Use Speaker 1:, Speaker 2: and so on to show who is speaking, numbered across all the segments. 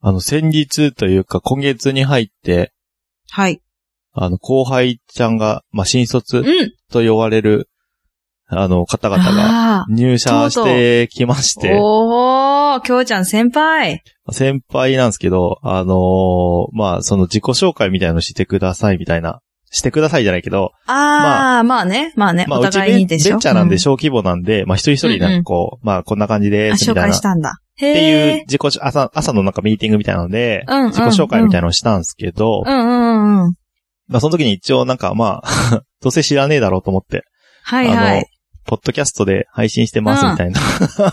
Speaker 1: あの、先日というか今月に入って、
Speaker 2: はい。
Speaker 1: あの、後輩ちゃんが、まあ、新卒
Speaker 2: うん。
Speaker 1: と呼ばれる、あの、方々が
Speaker 2: ああ
Speaker 1: 入社してきまし
Speaker 2: ー。
Speaker 1: て、
Speaker 2: おー、きょうちゃん先輩。
Speaker 1: 先輩なんですけど、あのーまあ、その自己紹介みたいのしてくださいみたいな、してくださいじゃないけど、ま
Speaker 2: ああ、まあね、まあね、
Speaker 1: まあ、
Speaker 2: お
Speaker 1: うち
Speaker 2: 互い
Speaker 1: ベ
Speaker 2: に
Speaker 1: ンベ
Speaker 2: で
Speaker 1: ン
Speaker 2: し
Speaker 1: チ
Speaker 2: ょ。
Speaker 1: ャーなんで
Speaker 2: ょ。
Speaker 1: 小規模なんで、まあ、一人一人なんかこう、まあ、こんな感じ
Speaker 2: あ、
Speaker 1: です、
Speaker 2: 紹
Speaker 1: みたい
Speaker 2: 介
Speaker 1: な。
Speaker 2: したんだ。
Speaker 1: っ
Speaker 2: へ
Speaker 1: ていう
Speaker 2: え。
Speaker 1: 自己紹、朝、朝のなんかミーティングみたいなので、
Speaker 2: うんうん
Speaker 1: 自己紹介みたいなのをしたんですけど、
Speaker 2: うんうんうん。
Speaker 1: まあその時に一応なんかまあ、 どうせ知らねえだろうと思って、
Speaker 2: はいは
Speaker 1: あの
Speaker 2: い。、
Speaker 1: ポッドキャストで配信してますみたいな。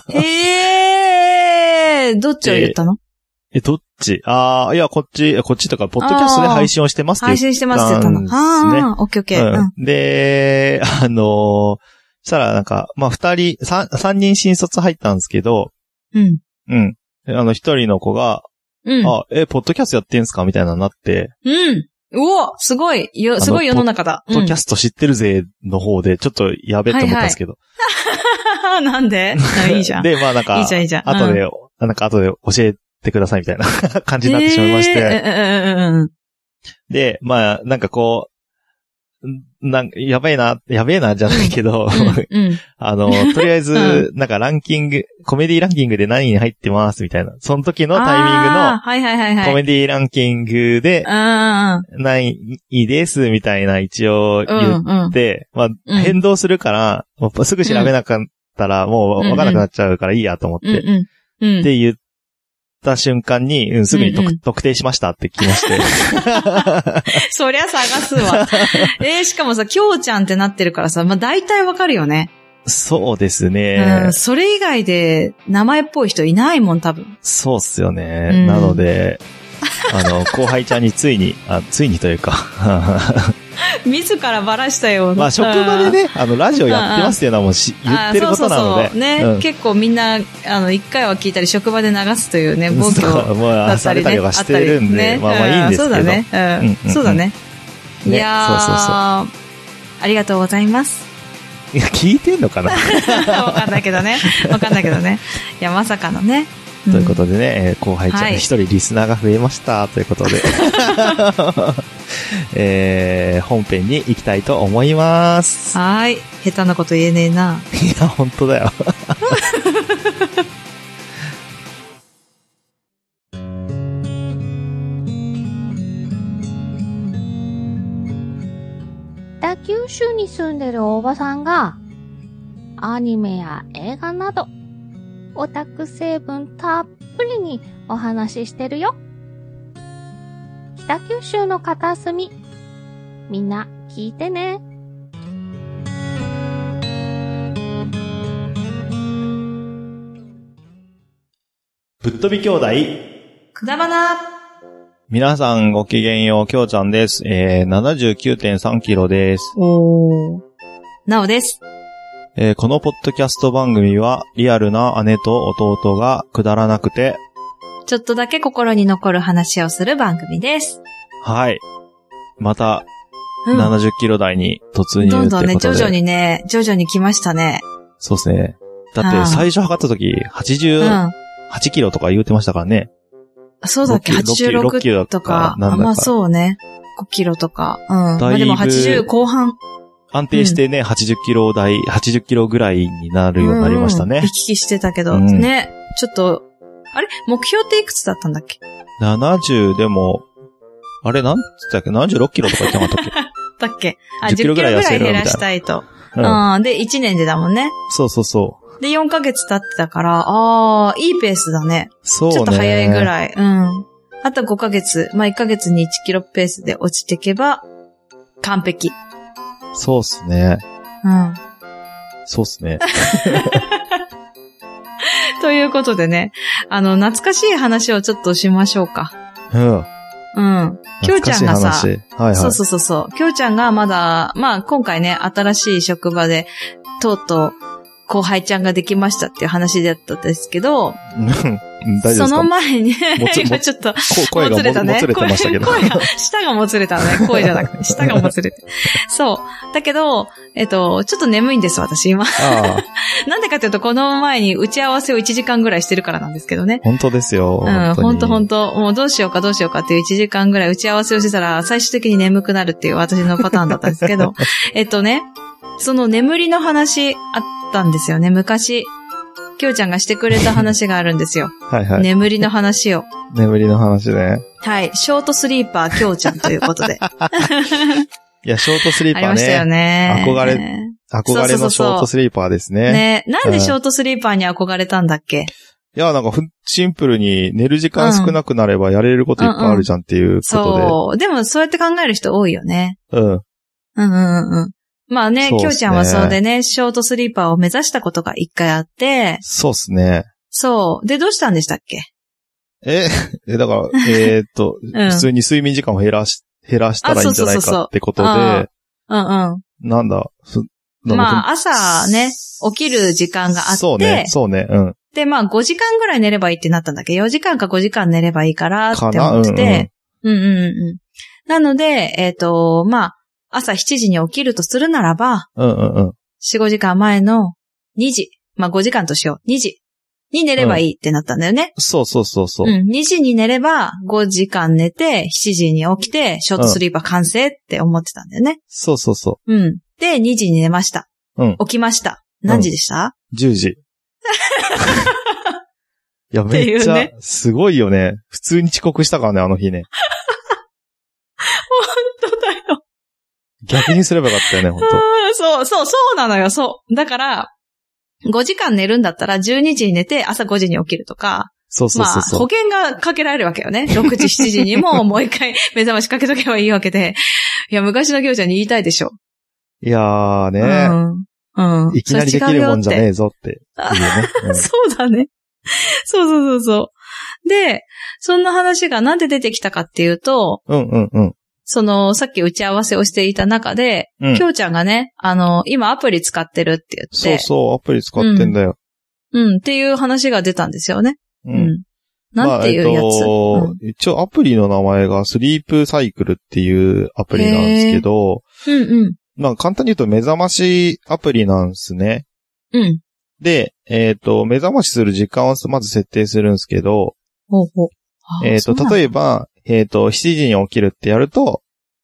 Speaker 2: へえ。どっちを言ったの
Speaker 1: え、どっちああ、いや、こっち、こっちとか、ポッドキャストで配信をしてますって
Speaker 2: 配信してますって言ったの。
Speaker 1: 言ったんですね
Speaker 2: ああ、オッケーオッケ
Speaker 1: 言
Speaker 2: ー。うん。
Speaker 1: うん、で、あのーしたらなんか、まあ二人、三、三人新卒入ったんですけど、
Speaker 2: うん。
Speaker 1: うん。であの、一人の子が、
Speaker 2: うん。
Speaker 1: あ、え、ポッドキャストやってんすかみたいなのになって、
Speaker 2: うん。うおすごいよ、すごい世の中だ。
Speaker 1: ポッドキャ
Speaker 2: ス
Speaker 1: スト知ってるぜの方で、ちょっとやべえと思ったんですけど。
Speaker 2: ト。なん であいいじゃん。い
Speaker 1: で、まあなんか、
Speaker 2: いじゃん、いい じゃん。
Speaker 1: 後
Speaker 2: うん
Speaker 1: で、なんか後で教えてくださいみたいな 感じになってしまいまして。
Speaker 2: えーうんうんうんうん。
Speaker 1: で、まあ、なんかこう、んなんやべえな、やべえな、じゃないけど、
Speaker 2: うんうん。
Speaker 1: あの、とりあえず、
Speaker 2: う
Speaker 1: なんかランキング、コメディランキングで何位に入ってますみたいな。その時のタイミ
Speaker 2: あ
Speaker 1: ン
Speaker 2: ーはいはいは
Speaker 1: グ
Speaker 2: いはい。
Speaker 1: のコメディランキングで
Speaker 2: うん
Speaker 1: 何位ですみたいな一応
Speaker 2: うん
Speaker 1: 言っ
Speaker 2: うん。うん
Speaker 1: て、まあ、
Speaker 2: うん
Speaker 1: 変動するから、もうすぐ調べなかったらもうわからなくなっちゃうからいいやと思っ
Speaker 2: うん
Speaker 1: て、
Speaker 2: うん。うん。
Speaker 1: って言った瞬間に、うん、すぐに特,、
Speaker 2: うんうん
Speaker 1: 特定しましたって来ま して。
Speaker 2: そりゃ探 すわ。えー、しかもさ、きょうちゃんってなってるからさ、まあ大体わかるよね。
Speaker 1: そうです
Speaker 2: う
Speaker 1: ね
Speaker 2: ん。。それ以外で名前っぽい人いないもん、多分。
Speaker 1: そうっすよね。
Speaker 2: うん
Speaker 1: なので、あの、後輩ちゃんについに、あついにというか、
Speaker 2: 自らばらしたような。
Speaker 1: まあ、職場でね、あの、ラジオやってますっていうのはもうし
Speaker 2: うん。
Speaker 1: 言ってることなの
Speaker 2: あーそうそうそう
Speaker 1: で。
Speaker 2: ね、
Speaker 1: うん
Speaker 2: 結構みんな、あの、一回は聞いたり、職場で流すというね、暴挙
Speaker 1: そうもう
Speaker 2: だ
Speaker 1: あ、
Speaker 2: った
Speaker 1: さ
Speaker 2: り
Speaker 1: れ
Speaker 2: ね。
Speaker 1: たりはしてるんで、
Speaker 2: あったりね
Speaker 1: まあまあいいんですけど。
Speaker 2: うそうだね。うん
Speaker 1: うんうん
Speaker 2: そうだね。い
Speaker 1: ね
Speaker 2: やー、
Speaker 1: そうそうそう
Speaker 2: ありがとうございます。
Speaker 1: いや、聞いてんのかな
Speaker 2: わかんないけどね。わかんないけどね。いや、まさかのね。。
Speaker 1: ということとでね、えー後輩ちゃ
Speaker 2: は
Speaker 1: ん
Speaker 2: い
Speaker 1: 一人リスナーが増えましたということで、 えー本編に行きたいと思い ます。
Speaker 2: はーい。下手なこと言えねえな。
Speaker 1: いや、本当だよ。
Speaker 3: 北九州に住んでるおばさんが、アニメや映画など、オタク成分たっぷりにお話ししてるよ。北九州の片隅、みんな聞いてね。
Speaker 1: ぶっ飛び兄弟、
Speaker 2: くだばな
Speaker 1: 皆さんごきげんよう、きょうちゃんです。えー、79.3キロです。
Speaker 2: おー。なおです。
Speaker 1: えーこのポッドキャスト番組は、リアルな姉と弟がくだらなくて、
Speaker 2: ちょっとだけ心に残る話をする番組です。
Speaker 1: はい。また、
Speaker 2: うん
Speaker 1: 70キロ台に突入ってことで、
Speaker 2: どんどんね、徐々にね、徐々に来ましたね。
Speaker 1: そうですね。だ
Speaker 2: あ
Speaker 1: っ
Speaker 2: あ
Speaker 1: て、最初測った時、
Speaker 2: う
Speaker 1: 88
Speaker 2: ん。
Speaker 1: キロとか言うてましたからね。
Speaker 2: そうだっけ
Speaker 1: 6キロ6キロ
Speaker 2: ?86 とか。
Speaker 1: なんだか
Speaker 2: あまあそうね。5キロとか。うん。ま
Speaker 1: だい
Speaker 2: あ
Speaker 1: ぶ
Speaker 2: でも80後半。
Speaker 1: 安定してね、80キロ台、80キロぐらいになるようになりました
Speaker 2: うんう
Speaker 1: ね
Speaker 2: ん行。き来してたけど。
Speaker 1: うん
Speaker 2: ね。ちょっと、あれ目標っていくつだったんだっけ
Speaker 1: 70でも、あれ、なんつったっけ ?76 キロとか言ってなかったっ
Speaker 2: だっけあ、
Speaker 1: 10
Speaker 2: 10
Speaker 1: キ
Speaker 2: キ
Speaker 1: ロぐ
Speaker 2: ロぐ
Speaker 1: ら
Speaker 2: ら
Speaker 1: い
Speaker 2: い
Speaker 1: 痩せるみたいな
Speaker 2: 減らしたいと。
Speaker 1: け、 うん、
Speaker 2: うん。で、1年でだもんね。
Speaker 1: そうそうそう。
Speaker 2: で、4ヶ月経ってたから、ああ、いいペースだね。
Speaker 1: そうね。
Speaker 2: ちょっと早いぐらい。うん。あと5ヶ月、まあ1ヶ月に1キロペースで落ちていけば、完璧。
Speaker 1: そうっすね。
Speaker 2: うん。
Speaker 1: そうっすね。
Speaker 2: ということでね、あの、懐かしい話をちょっとしましょうか。
Speaker 1: うん。
Speaker 2: うん。きょうちゃんが
Speaker 1: 懐
Speaker 2: さ
Speaker 1: かしい話はいはい。
Speaker 2: そうそうそうそう。きょうちゃんがまだ、まあ今回ね、新しい職場で、とうとう、後輩ちゃんができましたっていう話だったんですけど、
Speaker 1: うん大丈夫です
Speaker 2: その
Speaker 1: か
Speaker 2: 前に、
Speaker 1: もつ
Speaker 2: 今ちょっと、
Speaker 1: こ声が
Speaker 2: もつれた
Speaker 1: も
Speaker 2: ね。
Speaker 1: もつれてましたけど。
Speaker 2: 声声が、舌がもつれた ね。声じゃなくて、舌がもつれて。そう。だけど、えっと、ちょっと眠いんです、私今。
Speaker 1: ああ、
Speaker 2: なんでかっていうと、この前に打ち合わせを1時間ぐらいしてるからなんですけどね。
Speaker 1: 本当ですよ。
Speaker 2: うん、ほんとほん
Speaker 1: 当
Speaker 2: と。もうどうしようかどうしようかっていう1時間ぐらい打ち合わせをしてたら、最終的に眠くなるっていう私のパターンだったんです けど。えっとね、その眠りの話あったんですよね、昔。きょうちゃんがしてくれた話があるんですよ。
Speaker 1: にはいはい。
Speaker 2: 眠りの話を。
Speaker 1: 眠りの話ね。
Speaker 2: はい。ショートスリーパーきょうちゃんというこ とで。
Speaker 1: いや、ショートスリーパ
Speaker 2: あり
Speaker 1: ー
Speaker 2: ましたよ
Speaker 1: ね。
Speaker 2: ね。
Speaker 1: 憧れ
Speaker 2: ね
Speaker 1: 憧れのショートスリーパーですね。
Speaker 2: ねなんでショートスリーパーに憧れたんだっけ
Speaker 1: いや、なんかふん、シンプルに寝る時間少なくなればやれることいっぱいあるじゃんっていうこ
Speaker 2: そう。でも、そうやって考える人多いよね。
Speaker 1: とで。うん。
Speaker 2: うんうんうんうん。まあね、
Speaker 1: そうっすね
Speaker 2: きょうちゃんはそうでね、ショートスリーパーを目指したことが一回あって、
Speaker 1: そうっすね。
Speaker 2: そう。で、どうしたんでしたっけ
Speaker 1: え、 えだから、えーっと、
Speaker 2: ん
Speaker 1: 普通に睡眠時間を減らし、減らしたらいいんじゃないかってことで、
Speaker 2: あそうそうそうそううんうん。
Speaker 1: なんだ、そなんだ
Speaker 2: まあ、朝ね、起きる時間があって、
Speaker 1: そうね、そうね、うん。
Speaker 2: で、まあ、5時間ぐらい寝ればいいってなったんだっけど、4時間か5時間寝ればいいからって
Speaker 1: かな、
Speaker 2: 思
Speaker 1: うん、
Speaker 2: っ
Speaker 1: う
Speaker 2: て
Speaker 1: ん。
Speaker 2: て、うんうんうん。なので、えっ、と、まあ、朝7時に起きるとするならば、
Speaker 1: うんうんうん。
Speaker 2: 4、5時間前の2時、まあ5時間としよう。2時に寝ればいいってなったんだよね。
Speaker 1: そうそうそうそうう。
Speaker 2: ん、2時に寝れば5時間寝て、7時に起きて、ショートスリーパー完成って思ってたんだよね。
Speaker 1: そうそうそ
Speaker 2: うん。で、2時に寝ました。
Speaker 1: うん
Speaker 2: 起きました。何時でした、
Speaker 1: う。10時。 いや、
Speaker 2: てい
Speaker 1: め
Speaker 2: う
Speaker 1: っ
Speaker 2: ね
Speaker 1: ちゃ、すごいよね。普通に遅刻したからね、あの日ね。
Speaker 2: そうだよ。
Speaker 1: 逆にすればよかったよね、本
Speaker 2: そう、そう、そうなのよ、そう。だから、5時間寝るんだったら12時に寝て朝5時に起きるとか、
Speaker 1: 当そうそうそうそう。
Speaker 2: まあ、保険がかけられるわけよ ね。6時、7時にももう一回目覚ましかけとけばいいわけで。いや、昔の業者に言いたいでしょ。
Speaker 1: いやーね、
Speaker 2: うん。うん。
Speaker 1: いきなりできるもんじゃねえぞって。いうねうん
Speaker 2: そうだね。そうそうそうそう。で、そんな話がなんで出てきたかっていうと、
Speaker 1: うんうんうん。
Speaker 2: その、さっき打ち合わせをしていた中で、
Speaker 1: うん
Speaker 2: きょうちゃんがね、あの、今アプリ使ってるって言って、
Speaker 1: そうそう、アプリ使ってんだよ。
Speaker 2: うん、っていう話が出たんですよね。
Speaker 1: う
Speaker 2: うん。。なんていうやつ、
Speaker 1: まあえっと一応アプリの名前がスリープサイクルっていうアプリなんですけど、
Speaker 2: うん、うん
Speaker 1: まあ簡単に言うと目覚ましアプリなんですね。
Speaker 2: うん。うん。
Speaker 1: で、えっ、と、目覚ましする時間をまず設定するんですけど、
Speaker 2: ほうほう。あ
Speaker 1: えっ、と、例えば、えっ、と、7時に起きるってやると、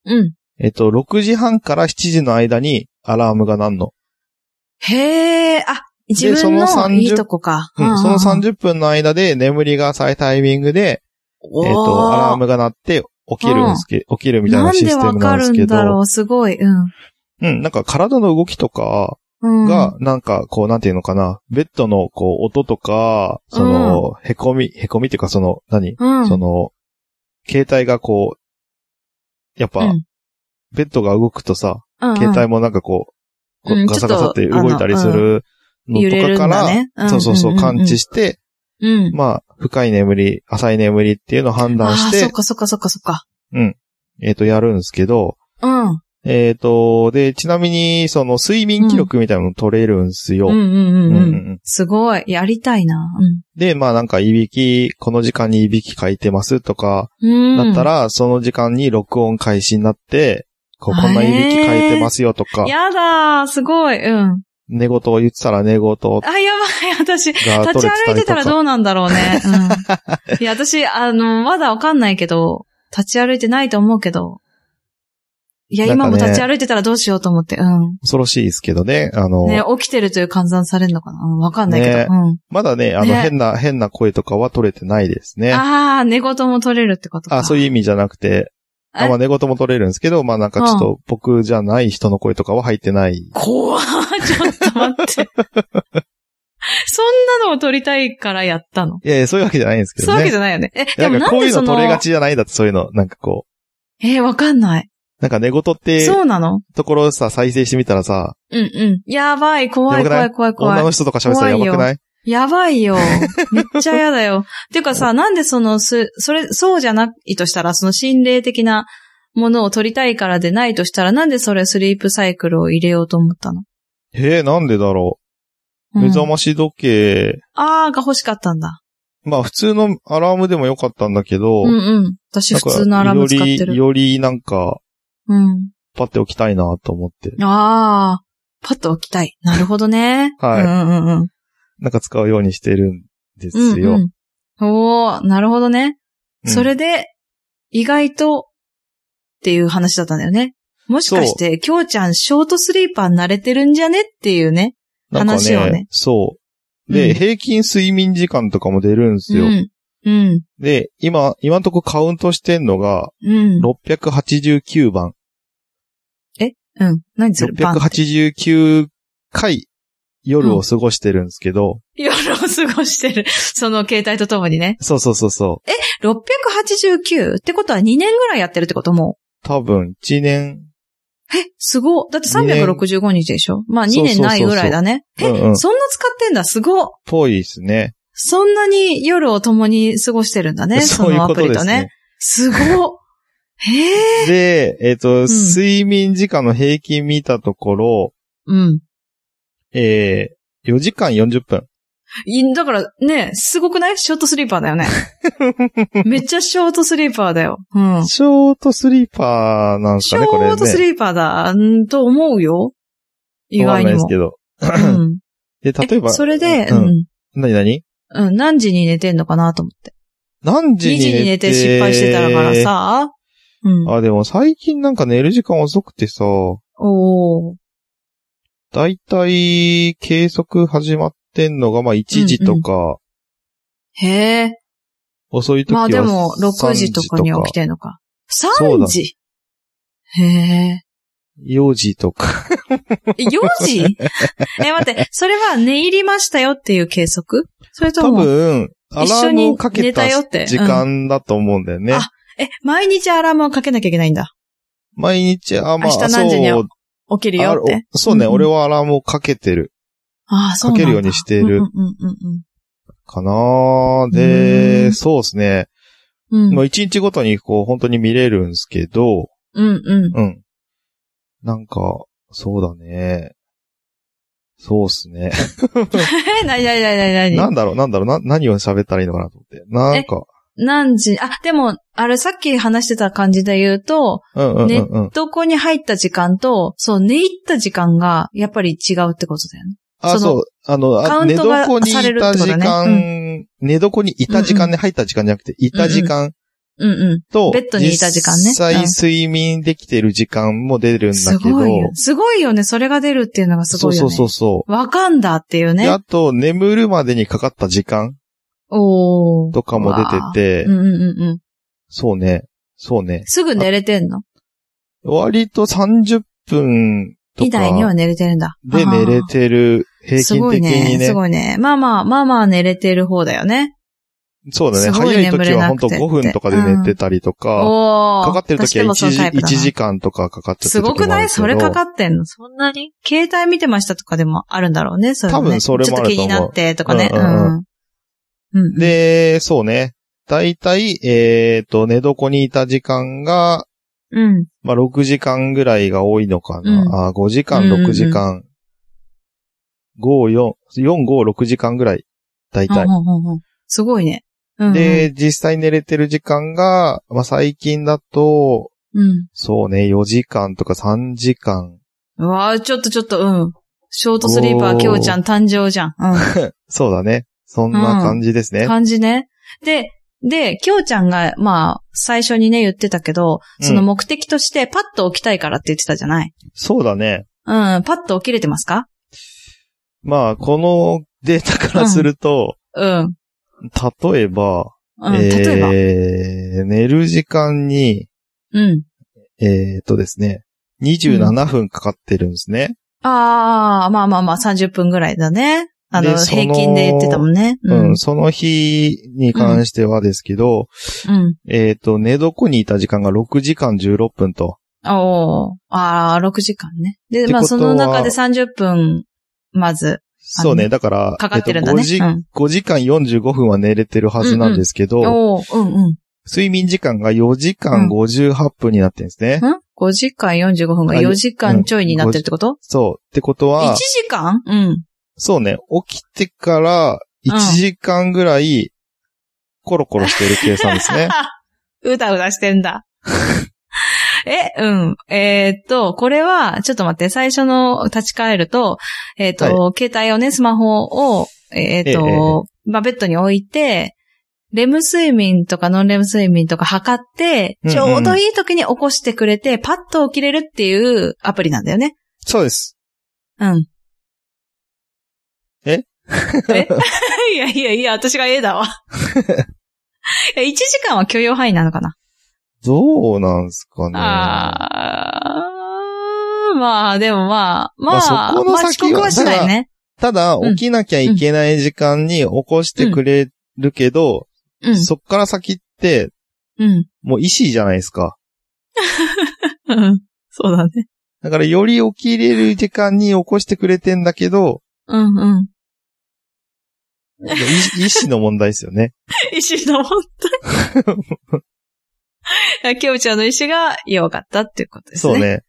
Speaker 2: ば。うん。
Speaker 1: えっ、と、6時半から7時の間にアラームが鳴るの。
Speaker 2: へえ、あ、自分
Speaker 1: その
Speaker 2: の
Speaker 1: 30
Speaker 2: いいとこか。
Speaker 1: うんその30分の間で眠りが浅いタイミングで、えっ、と、アラームが鳴って起きるんですけ、起きるみたいなシステムなんですけ
Speaker 2: なんでわかるんだろ
Speaker 1: ど、
Speaker 2: う、すごい。うん。
Speaker 1: うん、なんか体の動きとか
Speaker 2: うん、
Speaker 1: が、なんかこう、なんていうのかな、ベッドのこう、音とか、その、へこみ、へこみっていうかその、何
Speaker 2: うん、
Speaker 1: その、携帯がこう、やっ
Speaker 2: う
Speaker 1: ぱ
Speaker 2: ん、
Speaker 1: ベッドが動くとさ、
Speaker 2: うんうん
Speaker 1: 携帯もなんかこう、こ
Speaker 2: うん
Speaker 1: うガサガサって動いたりするの
Speaker 2: 揺れ
Speaker 1: と
Speaker 2: る
Speaker 1: か
Speaker 2: ん
Speaker 1: か
Speaker 2: だ
Speaker 1: ら、
Speaker 2: ね。ん
Speaker 1: そうそうそう、感知。して、
Speaker 2: うんうん。
Speaker 1: まあ、深い眠り、浅い眠りっていうのを判
Speaker 2: ああ
Speaker 1: 断し、
Speaker 2: ー、そってかそっかそっかそっか。
Speaker 1: えっ、と、やるんですけど、
Speaker 2: うん。うん
Speaker 1: えっ、と、で、ちなみに、その、睡眠記録みたいなの取れるんすよ。
Speaker 2: うんうんう。
Speaker 1: うんうんん
Speaker 2: すごい。やりたいな。うん
Speaker 1: で、まあなんか、いびき、この時間にいびきかいてますとか、
Speaker 2: うん。
Speaker 1: だったら、その時間に録音開始になって、こうこんないびきかいてますよとか、
Speaker 2: やだー、すごい。うん。
Speaker 1: 寝言を言ってたら寝言が取
Speaker 2: あ、やばい、私。立
Speaker 1: れて
Speaker 2: ち歩
Speaker 1: た
Speaker 2: いて
Speaker 1: りと
Speaker 2: たら
Speaker 1: か。
Speaker 2: どうなんだろうね。うん。 いや、私、あの、まだわかんないけど、立ち歩いてないと思うけど。いや、
Speaker 1: なんか
Speaker 2: 今
Speaker 1: ね
Speaker 2: も立ち歩いてたらどうしようと思って。うん。
Speaker 1: 恐ろしいですけどね。あの、
Speaker 2: ね、起きてるという換算されるのかなうんわかんないけど。
Speaker 1: ね
Speaker 2: うん。
Speaker 1: まだね、あの、
Speaker 2: ね
Speaker 1: 変な、変な声とかは取れてないですね。
Speaker 2: ああ、寝言も取れるってことか。
Speaker 1: あ、そういう意味じゃなくて、あ
Speaker 2: え
Speaker 1: まあ、寝言も取れるんですけど、まあなんかちょっと僕じゃない人の声とかは入ってない。
Speaker 2: 怖っちょっと待 って。そんなのを撮りたいからやったの。
Speaker 1: いやいや、そういうわけじゃないんですけ
Speaker 2: そう
Speaker 1: ど
Speaker 2: い
Speaker 1: ね
Speaker 2: うわけじ。ゃないよね。え、で
Speaker 1: な
Speaker 2: も
Speaker 1: んか
Speaker 2: なん
Speaker 1: こう
Speaker 2: で
Speaker 1: いう
Speaker 2: そ
Speaker 1: の
Speaker 2: の
Speaker 1: 取れ、がちじゃないんだって、そういうの。なんかこ
Speaker 2: えーわかんない。
Speaker 1: う。なんか寝言って
Speaker 2: そうなの
Speaker 1: ところさ、再生してみたらさ、
Speaker 2: うんうん。やばい、怖い、
Speaker 1: やばく
Speaker 2: 怖
Speaker 1: ない
Speaker 2: い、怖
Speaker 1: 女
Speaker 2: い、怖
Speaker 1: の
Speaker 2: い。
Speaker 1: 人とか喋ってたらやばくない
Speaker 2: やばいよ。 めっちゃやだよ。てかさ、なんでその、す、それ、そうじゃないとしたら、その心霊的なものを撮りたいからでないとしたら、なんでそれスリープサイクルを入れようと思ったの
Speaker 1: えー、なんでだろ
Speaker 2: うん
Speaker 1: 目覚まし時計、
Speaker 2: あーが欲しかったんだ。
Speaker 1: まあ普通のアラームでもよかったんだけど、
Speaker 2: うんうん。私
Speaker 1: なん
Speaker 2: 普
Speaker 1: か
Speaker 2: 通のアラーム使って
Speaker 1: より、
Speaker 2: る。
Speaker 1: よりなんか、
Speaker 2: うん。
Speaker 1: パッて起きたいなと思って、。
Speaker 2: あー、パッと起きたい。なるほどね
Speaker 1: はい
Speaker 2: うんうんうん。
Speaker 1: なんか使うようにしてるんです
Speaker 2: うん
Speaker 1: よ。
Speaker 2: うん。おー、なるほどね。
Speaker 1: うん
Speaker 2: それで、意外と、っていう話だったんだよね。もしかして、きょうちゃん、ショートスリーパー慣れてるんじゃねっていうね。
Speaker 1: なんか
Speaker 2: 話をね
Speaker 1: そう。で、
Speaker 2: うん
Speaker 1: 平均睡眠時間とかも出るんです
Speaker 2: う
Speaker 1: よ。
Speaker 2: ん。うん。
Speaker 1: で、今、今んとこカウントしてんのが、
Speaker 2: うん。
Speaker 1: 689番。
Speaker 2: うん。何それバンって
Speaker 1: 689回夜を過ごしてるんですけど、
Speaker 2: 夜を過ごしてる。 その携帯とともにね。
Speaker 1: そうそうそうそう。
Speaker 2: 689ってことは2年ぐらいやってるってことも
Speaker 1: 多分、1年。
Speaker 2: う。え、すごっ。だって365日でしょまあ2年ないぐらいだね。
Speaker 1: そうそうそうそううんう
Speaker 2: え、
Speaker 1: ん
Speaker 2: そんな使ってんだ。すごっ。
Speaker 1: ぽいですね。
Speaker 2: そんなに夜を共に過ごしてるんだ ね。
Speaker 1: そ
Speaker 2: そう
Speaker 1: いうこ
Speaker 2: のアプ
Speaker 1: と
Speaker 2: リ
Speaker 1: です
Speaker 2: と
Speaker 1: ね
Speaker 2: ね。。すごっ。へえ。
Speaker 1: で、えっ、と、睡眠時間の平均見たところ、
Speaker 2: うん。
Speaker 1: えー、4時間40分。
Speaker 2: いだからね、すごくないショートスリーパー だよね。めっちゃショートスリーパーだよ。うん。
Speaker 1: ショートスリーパーなんです
Speaker 2: シ
Speaker 1: か
Speaker 2: ョ
Speaker 1: ね、これね。
Speaker 2: ートスリーパーだ、んと思うよ。意
Speaker 1: わか
Speaker 2: 外
Speaker 1: んない
Speaker 2: に
Speaker 1: です
Speaker 2: も。
Speaker 1: けど。
Speaker 2: うん。
Speaker 1: で、 例えば。
Speaker 2: それで、
Speaker 1: う
Speaker 2: うんん。
Speaker 1: 何何
Speaker 2: うん、何時に寝てんのかなと思って。
Speaker 1: 何時
Speaker 2: 2
Speaker 1: に寝
Speaker 2: 時
Speaker 1: て
Speaker 2: に寝て失敗してたから。さ。うん。
Speaker 1: あ、でも最近なんか寝る時間遅くてさ、
Speaker 2: おー。
Speaker 1: だいたい計測始まってんのが、まあ1時とか、
Speaker 2: へえ。
Speaker 1: 遅い時は
Speaker 2: まあ
Speaker 1: 3時
Speaker 2: で
Speaker 1: とか。
Speaker 2: も、6時とかには起きてんのか。
Speaker 1: そうだ
Speaker 2: 3時へえ。
Speaker 1: 4時とか。
Speaker 2: え4時 え、待って、それは寝入りましたよっていう計測それと
Speaker 1: 多
Speaker 2: も、
Speaker 1: 分、アラームをか
Speaker 2: 一緒に
Speaker 1: け
Speaker 2: 寝
Speaker 1: た
Speaker 2: たよってうん
Speaker 1: 時間だと思うんだよね。
Speaker 2: あえ、毎日アラームをかけなきゃいけないんだ。
Speaker 1: 毎日、あ、まあ、
Speaker 2: 明日何時に
Speaker 1: そう
Speaker 2: 起きるよ
Speaker 1: あ
Speaker 2: っ
Speaker 1: お
Speaker 2: て。
Speaker 1: そうね、
Speaker 2: うんうん
Speaker 1: 俺はアラームをかけてる
Speaker 2: ああ、そうなんだ
Speaker 1: かけるようにしている
Speaker 2: うんうんうんうん
Speaker 1: かな
Speaker 2: う
Speaker 1: で、
Speaker 2: ん
Speaker 1: そうですね。
Speaker 2: うん。
Speaker 1: もう1日ごとにこう、本当に見れるんですけど、
Speaker 2: う んうん。
Speaker 1: うん。なんか、そうだね。そうっすね。
Speaker 2: え、なになになになにな
Speaker 1: なん
Speaker 2: に
Speaker 1: だろう、なんだろう、な、何を喋ったらいいのかなと思って。なんか、
Speaker 2: 何時、あ、でも、あれさっき話してた感じで言うと、
Speaker 1: うんうんうんうん。
Speaker 2: どこに入った時間と、そう、寝入った時間が、やっぱり違うってことだよね。
Speaker 1: あ、
Speaker 2: その
Speaker 1: そう。あの、
Speaker 2: カ
Speaker 1: あ
Speaker 2: ウ
Speaker 1: 寝
Speaker 2: ントが
Speaker 1: 床にい
Speaker 2: されるったてこ
Speaker 1: 時
Speaker 2: とね
Speaker 1: 間、寝床にいた時間
Speaker 2: うん
Speaker 1: ね、入った時間じゃなくて、いた時間
Speaker 2: うんう
Speaker 1: と、
Speaker 2: ベッドにいた時間ね
Speaker 1: 実際
Speaker 2: うん
Speaker 1: 睡眠できてる時間も出るん
Speaker 2: ん。
Speaker 1: だ
Speaker 2: す
Speaker 1: けど
Speaker 2: ごいよ。、すごいよね。それが出るっていうのがす
Speaker 1: そ
Speaker 2: ご
Speaker 1: う
Speaker 2: い
Speaker 1: そ
Speaker 2: よ
Speaker 1: う
Speaker 2: ね。
Speaker 1: そうそ
Speaker 2: わかんだっていう
Speaker 1: う。で、
Speaker 2: ね
Speaker 1: あ。と、眠るまでにかかった時間
Speaker 2: おー。
Speaker 1: とかも出て
Speaker 2: うん
Speaker 1: て、
Speaker 2: うんうんうん。
Speaker 1: そうね、そうね。
Speaker 2: すぐ寝れてんの
Speaker 1: 割と30分と
Speaker 2: 以内には
Speaker 1: か
Speaker 2: 寝れてるんだ。
Speaker 1: で寝れてる、平
Speaker 2: すご
Speaker 1: 均
Speaker 2: い
Speaker 1: 的に
Speaker 2: ね。
Speaker 1: ね
Speaker 2: す。ごいね。まあまあ、まあまあ寝れてる方だよね。
Speaker 1: そうだね。
Speaker 2: すごい
Speaker 1: 早い
Speaker 2: 眠
Speaker 1: 時
Speaker 2: れ
Speaker 1: は
Speaker 2: な
Speaker 1: 本
Speaker 2: くて
Speaker 1: 当5分とかで寝てたりとか、
Speaker 2: おー。
Speaker 1: かかってる時は1
Speaker 2: 私でもその
Speaker 1: 時
Speaker 2: タイプだな
Speaker 1: ,1 時間とかかかっちゃって
Speaker 2: すごくないそれかか
Speaker 1: っ
Speaker 2: ってんのそんなに携帯見てましたとかでもあるんだろうね、それ
Speaker 1: 多分それもあると思う
Speaker 2: ちょっと気になってとかね。
Speaker 1: う
Speaker 2: うんん
Speaker 1: う
Speaker 2: うん
Speaker 1: うん
Speaker 2: ん。うん
Speaker 1: で、そうね。だいたい、えっ、と、寝床にいた時間が、
Speaker 2: うん。
Speaker 1: まあ、6時間ぐらいが多いのかな。
Speaker 2: うん
Speaker 1: あ5時間、
Speaker 2: うんうんうん
Speaker 1: 6時間。5、4、4、5、6時間ぐらい。だいたい。
Speaker 2: うんうんうんうんすごいね。うんうん、
Speaker 1: で、実際寝れてる時間が、まあ、最近だと、
Speaker 2: うん。
Speaker 1: そうね、4時間とか3時間。
Speaker 2: うわーちょっとちょっと、うん。ショートスリーパ
Speaker 1: お
Speaker 2: ー、
Speaker 1: ー
Speaker 2: きょうちゃん誕生じゃん。
Speaker 1: そうだね。そんな感じです
Speaker 2: う
Speaker 1: ね。
Speaker 2: ん。感じね。で、で、きょうちゃんが、まあ、最初にね、言ってたけど、その目的として、パッと起きたいからって言ってたじゃない。
Speaker 1: そうだね。
Speaker 2: うん、パッと起きれてますか
Speaker 1: まあ、このデータからすると、
Speaker 2: うん。
Speaker 1: 例えば、
Speaker 2: うん、例えば。
Speaker 1: えー寝る時間に、
Speaker 2: うん。
Speaker 1: えーっとですね、27分かかってるんですね。
Speaker 2: ああ、まあまあまあ、30分ぐらいだね。あ
Speaker 1: で
Speaker 2: の、
Speaker 1: その
Speaker 2: 平均で言ってたもんね。
Speaker 1: う、
Speaker 2: うんん。
Speaker 1: その日に関してはですけど、
Speaker 2: うん。
Speaker 1: えーっと、寝床にいた時間が6時間16分と。
Speaker 2: おーああ、6時間ね。
Speaker 1: って
Speaker 2: で、
Speaker 1: ことは
Speaker 2: まあ、その中で30分、まず、
Speaker 1: そう
Speaker 2: あ
Speaker 1: ね、
Speaker 2: の
Speaker 1: だから、
Speaker 2: かかってるんだね
Speaker 1: えーっと 5, 時
Speaker 2: うん
Speaker 1: 5時間45分は寝れてるはずなんですけど、
Speaker 2: おおうんうん。
Speaker 1: 睡眠時間が4時間58分になってるんですね。
Speaker 2: ん ?5 時間45分が
Speaker 1: あよ
Speaker 2: 4時間ちょいになってるってこと、
Speaker 1: そう。ってこと
Speaker 2: ?1
Speaker 1: は、
Speaker 2: 時間うん。
Speaker 1: そうね、起きてから1時間ぐらい、コロコロしてる計算です ね。
Speaker 2: うだうだしてんだ。 え、うん。えーっと、これは、ちょっと待って、最初の立ち返ると、えーっと、携帯をね、スマホを、えーっと、まあ、ベッドに置いて、レム睡眠とかノンレム睡眠とか測って、
Speaker 1: うんうん
Speaker 2: ちょうどいい時に起こしてくれて、パッと起きれるっていうアプリなんだよね。
Speaker 1: そうです。
Speaker 2: うん。
Speaker 1: え
Speaker 2: え いやいやいや、私が A だわ。いや1時間は許容範囲なのかな
Speaker 1: どうなんすかね。
Speaker 2: あーまあ、でもまあ、まあ、
Speaker 1: まあそこの先は
Speaker 2: まあ、遅刻はしないね。
Speaker 1: ただ、
Speaker 2: う
Speaker 1: 起
Speaker 2: ん
Speaker 1: きなきゃいけない時間に起こしてくれるけど、
Speaker 2: うん。
Speaker 1: そっから先って、
Speaker 2: うん。
Speaker 1: もう意思じゃないですか。
Speaker 2: うん。 そうだね。
Speaker 1: だから、より起きれる時間に起こしてくれてんだけど、
Speaker 2: うん
Speaker 1: い
Speaker 2: うん。
Speaker 1: 意思の問題ですよね。
Speaker 2: 石の本当 に。きょうちゃんの石が弱かったっていうことですね。
Speaker 1: そう。ね。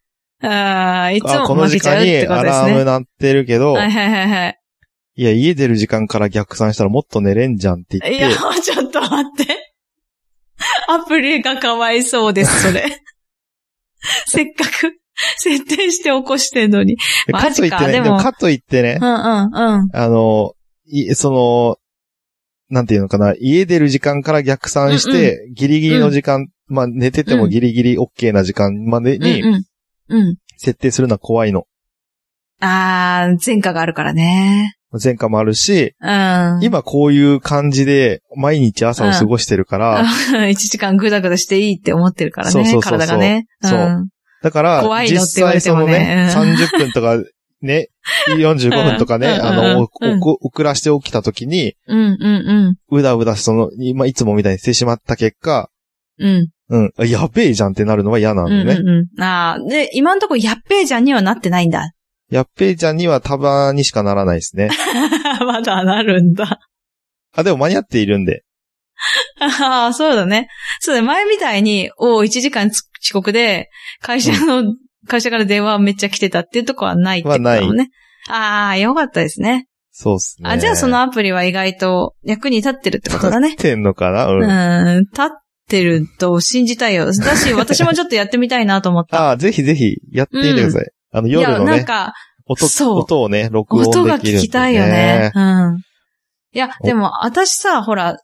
Speaker 2: ああ、いつ
Speaker 1: あこ
Speaker 2: も
Speaker 1: の
Speaker 2: 負
Speaker 1: 時
Speaker 2: けちゃう
Speaker 1: 間
Speaker 2: っ
Speaker 1: に
Speaker 2: てこ
Speaker 1: ア
Speaker 2: とです
Speaker 1: ラーム
Speaker 2: ね。
Speaker 1: 鳴ってるけど、
Speaker 2: はいはいはいはい。
Speaker 1: いや、家出る時間から逆算したらもっと寝れんじゃんって言
Speaker 2: い
Speaker 1: っ
Speaker 2: や
Speaker 1: て、、
Speaker 2: ちょっと待って。アプリがかわいそうです、 それ。せっかく、設定して起こしてんのに。
Speaker 1: で
Speaker 2: マ
Speaker 1: かと
Speaker 2: ジ
Speaker 1: いっ
Speaker 2: か
Speaker 1: てね、で
Speaker 2: でも
Speaker 1: もかといってね
Speaker 2: う、んうんうん。
Speaker 1: あの、い、その、なんていうのかな、家出る時間から逆算して、ギリギリの時間、まあ寝ててもギリギリ OK な時間までに
Speaker 2: うんうん。う
Speaker 1: 設定するのは怖いの。
Speaker 2: ん。あー、前科があるからね。
Speaker 1: 前科もあるし、
Speaker 2: うん。
Speaker 1: 今こういう感じで毎日朝を過ごしてるから、
Speaker 2: 1時間ぐだぐだしていいって思ってるからね、
Speaker 1: そうそうそうそう
Speaker 2: 体がね。
Speaker 1: そ
Speaker 2: ん。
Speaker 1: だから、
Speaker 2: 怖い
Speaker 1: 実
Speaker 2: のって言わ
Speaker 1: 際
Speaker 2: れて
Speaker 1: そ
Speaker 2: も
Speaker 1: のね
Speaker 2: ね、
Speaker 1: 30分とかね、45分とかね、
Speaker 2: うん
Speaker 1: あの、お
Speaker 2: うん
Speaker 1: おお遅らして起きた時に、
Speaker 2: うんうん
Speaker 1: うだうだその、今いつもみたいにしてしまった結果、
Speaker 2: うん。うん。
Speaker 1: うん、あやべえじゃんってなるのは嫌なん
Speaker 2: う
Speaker 1: だよ
Speaker 2: ん
Speaker 1: ね。
Speaker 2: うんうん。あー、で、今んとこやっべえじゃんにはなってないんだ。
Speaker 1: やっぺーちゃんにはたまにしかならないですね。
Speaker 2: まだなるんだ。
Speaker 1: あ、でも間に合っているんで。
Speaker 2: ああ、そうだね。そうだね、前みたいに、おう1時間つ遅刻で、会社の、会社から電話めっちゃ来てたっていうとこはないってことだもんね。ああ、よかったですね。
Speaker 1: そうっすね。
Speaker 2: あ、じゃあそのアプリは意外と役に立ってるってことだね
Speaker 1: 立。ってんのかな
Speaker 2: う
Speaker 1: うん。あ
Speaker 2: ん、立ってると信じたいよ。だし、私もちょっとやってみたいなと思った。
Speaker 1: あ、ぜひぜひやってみてください。あの
Speaker 2: いや、
Speaker 1: 夜の
Speaker 2: なん
Speaker 1: ね、
Speaker 2: か、
Speaker 1: 音、
Speaker 2: そう
Speaker 1: 音をね、録音できる
Speaker 2: 音
Speaker 1: んで、ね。
Speaker 2: が聞きたいよね。。うん。いや、
Speaker 1: お
Speaker 2: でも、私さ、ほら、3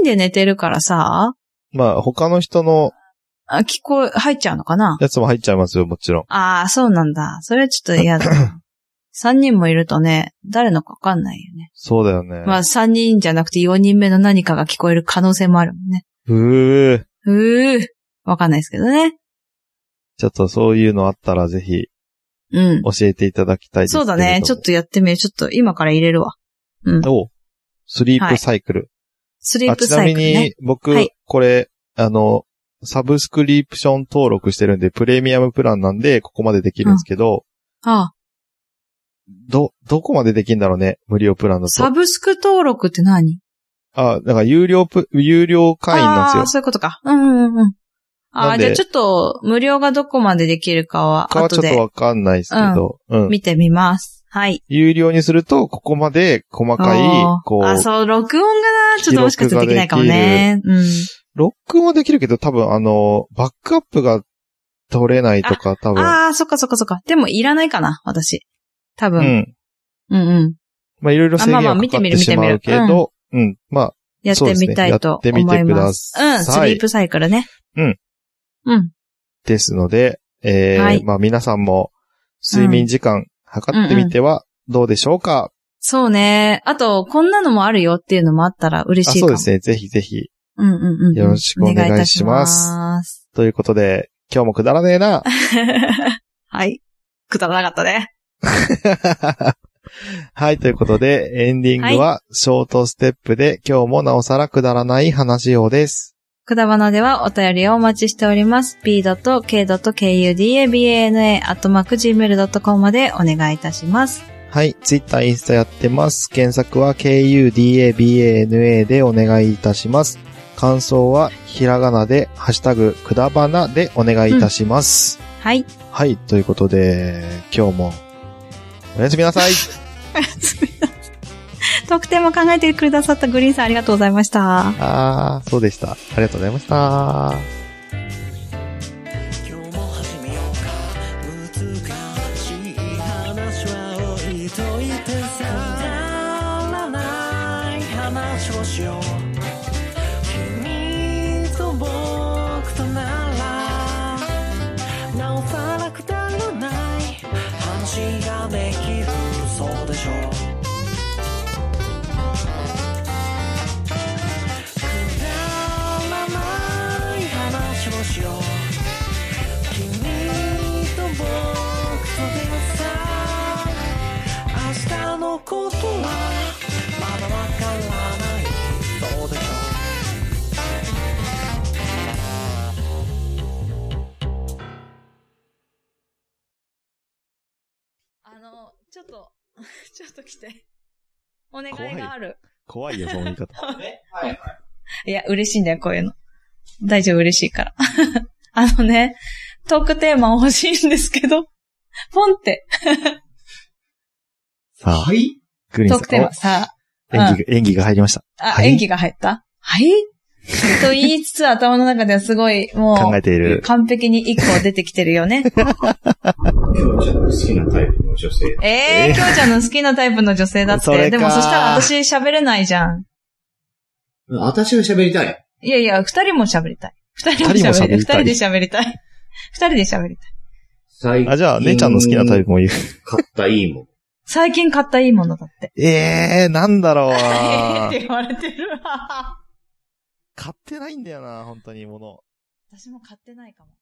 Speaker 2: 人で寝てるからさ、
Speaker 1: まあ、他の人の
Speaker 2: あ聞こえ、入っちゃうのかな
Speaker 1: やつも入っちゃいますよ、もちろん。
Speaker 2: ああ、そうなんだ。それはちょっと嫌だな。三人もいるとね、誰のかわかんないよね。
Speaker 1: そうだよね。
Speaker 2: まあ三人じゃなくて四人目の何かが聞こえる可能性もあるもんね。
Speaker 1: うー。
Speaker 2: うー、わかんないですけどね。
Speaker 1: ちょっとそういうのあったらぜひ
Speaker 2: うん。
Speaker 1: 教えていただきたいですけ
Speaker 2: そ
Speaker 1: れど
Speaker 2: うだ
Speaker 1: も
Speaker 2: ね。ちょっとやってみる。ちょっと今から入れるわ。うん。
Speaker 1: おスリープサイクル。
Speaker 2: スリ
Speaker 1: あ
Speaker 2: ープ
Speaker 1: ち
Speaker 2: サ
Speaker 1: なみ
Speaker 2: イクルね
Speaker 1: に。、僕、
Speaker 2: はい
Speaker 1: これ、あの、サブスクリプション登録してるんで、プレミアムプランなんで、ここまでできるんですけど、
Speaker 2: ああ、
Speaker 1: ど、どこまでできるんだろうね、無料プランだ
Speaker 2: サ
Speaker 1: と。
Speaker 2: ブスク登録って何
Speaker 1: あ、なんか有料プ、有料会員なん
Speaker 2: あ
Speaker 1: で
Speaker 2: あ、
Speaker 1: すよ。
Speaker 2: そういうことか。うんうんうん。あ
Speaker 1: な
Speaker 2: あ、
Speaker 1: んで
Speaker 2: じゃあちょっと無料がどこまでできるかは
Speaker 1: 他はちょ
Speaker 2: 後
Speaker 1: っと
Speaker 2: で
Speaker 1: わかんないですけど、うん、
Speaker 2: 見てみます。はい。
Speaker 1: 有料にすると、ここまで細かい
Speaker 2: おー、
Speaker 1: こ
Speaker 2: あ、
Speaker 1: う、
Speaker 2: そう、録音がな、ちょっともしかしたらできないかもね。うん。
Speaker 1: ロックもできるけど、多分あの、バックアップが取れないとか、多分。
Speaker 2: ああ、そっかそっかそっか。でもいらないかな、私。多
Speaker 1: う
Speaker 2: 分。
Speaker 1: ん。
Speaker 2: うん、うん、
Speaker 1: まあ、いろいろ制限
Speaker 2: あまあ
Speaker 1: はか
Speaker 2: まあ見
Speaker 1: かっ
Speaker 2: てみ
Speaker 1: て
Speaker 2: る
Speaker 1: しまうけ
Speaker 2: 見てみる
Speaker 1: ど、うん。まあ、
Speaker 2: やってみたい
Speaker 1: そう
Speaker 2: と
Speaker 1: ですね
Speaker 2: 思い
Speaker 1: やってみて
Speaker 2: ます。
Speaker 1: くだ
Speaker 2: うん、ス
Speaker 1: さい
Speaker 2: リープサイクルね。
Speaker 1: うん。
Speaker 2: うん。
Speaker 1: ですので、えー
Speaker 2: はい
Speaker 1: まあ皆さんも睡眠時間測ってみてはどうでしょうか、
Speaker 2: そうね。あと、こんなのもあるよっていうのもあったら嬉
Speaker 1: あ
Speaker 2: しい
Speaker 1: そ
Speaker 2: か
Speaker 1: う
Speaker 2: も。
Speaker 1: ですね。ぜひぜひ。
Speaker 2: うんうんうん。
Speaker 1: よろしくお願い
Speaker 2: た
Speaker 1: し
Speaker 2: ます。
Speaker 1: ということで、今日もくだらねえな。
Speaker 2: はい。くだらなかったね。
Speaker 1: はい、ということで、エンディングはショートステップで、今日もなおさらくだらない話をです。
Speaker 2: くだばなではお便りをお待ちしております。p.k.kudabana.gmail.com までお願いいたします。
Speaker 1: はい、ツイッター、インスタやってます。検索は KUDABANA でお願いいたします。感想はひらがなで、ハッシュタグ、くだばなでお願いいたします。
Speaker 2: はい。
Speaker 1: はい、ということで、今日も、おやすみなさい。
Speaker 2: おやすみなさい特典も考えてくださったグリーンさんありがとうございました。
Speaker 1: あー、そうでした。ありがとうございました。
Speaker 4: 今日も始めようか難しい話は置いといてさくだらない話をしよう君と僕とならなおさらくだらない話ができるそうでしょうくだらない話をしよう「君と僕とでさ明日のことはまだわからない」「どうでしょう」
Speaker 2: あの、ちょっと、 ちょっと来て。お願
Speaker 1: 怖い
Speaker 2: いがある。
Speaker 1: 怖いよ、その言い 方。
Speaker 2: いや、嬉しいんだよ、こういうの。大丈夫、嬉しいから。 あのね、トークテーマ欲しいんですけど、ポンって、
Speaker 1: さあ、
Speaker 5: はい
Speaker 1: グリー
Speaker 2: ト
Speaker 1: ン
Speaker 2: ークテーマ
Speaker 1: さ
Speaker 2: さ、
Speaker 1: んお。演技が、演技が入りました。
Speaker 2: あ、
Speaker 1: はい
Speaker 2: 演技が入ったはいと言いつつ頭の中ではすごい、もう、
Speaker 1: 考えている。
Speaker 2: 完璧に一個出てきてる よね。
Speaker 5: きょうちゃんの好きなタイプの女性。
Speaker 2: え
Speaker 1: え
Speaker 2: え
Speaker 1: ー
Speaker 2: ー、きょうちゃんの好きなタイプの女性だっ
Speaker 1: それか
Speaker 2: て。でもそしたら私喋れないじゃん。
Speaker 5: 私が喋りたい。
Speaker 2: いやいや、二人も喋りたい。二人も
Speaker 1: 二人も
Speaker 2: 喋
Speaker 1: 喋
Speaker 2: りたい。二
Speaker 1: りた
Speaker 2: 人
Speaker 1: い
Speaker 2: で喋りたい。二人で喋りたい。
Speaker 5: 最近
Speaker 1: あ、じゃあ、姉ちゃんの好きなタイプ。も言う。
Speaker 5: 買ったいいもん。
Speaker 2: 最近買ったいいものだって。
Speaker 1: ええー、なんだろうな
Speaker 2: って言われてるわ。
Speaker 1: 買ってないんだよな、本当に、もの。
Speaker 2: 私も買ってないかも。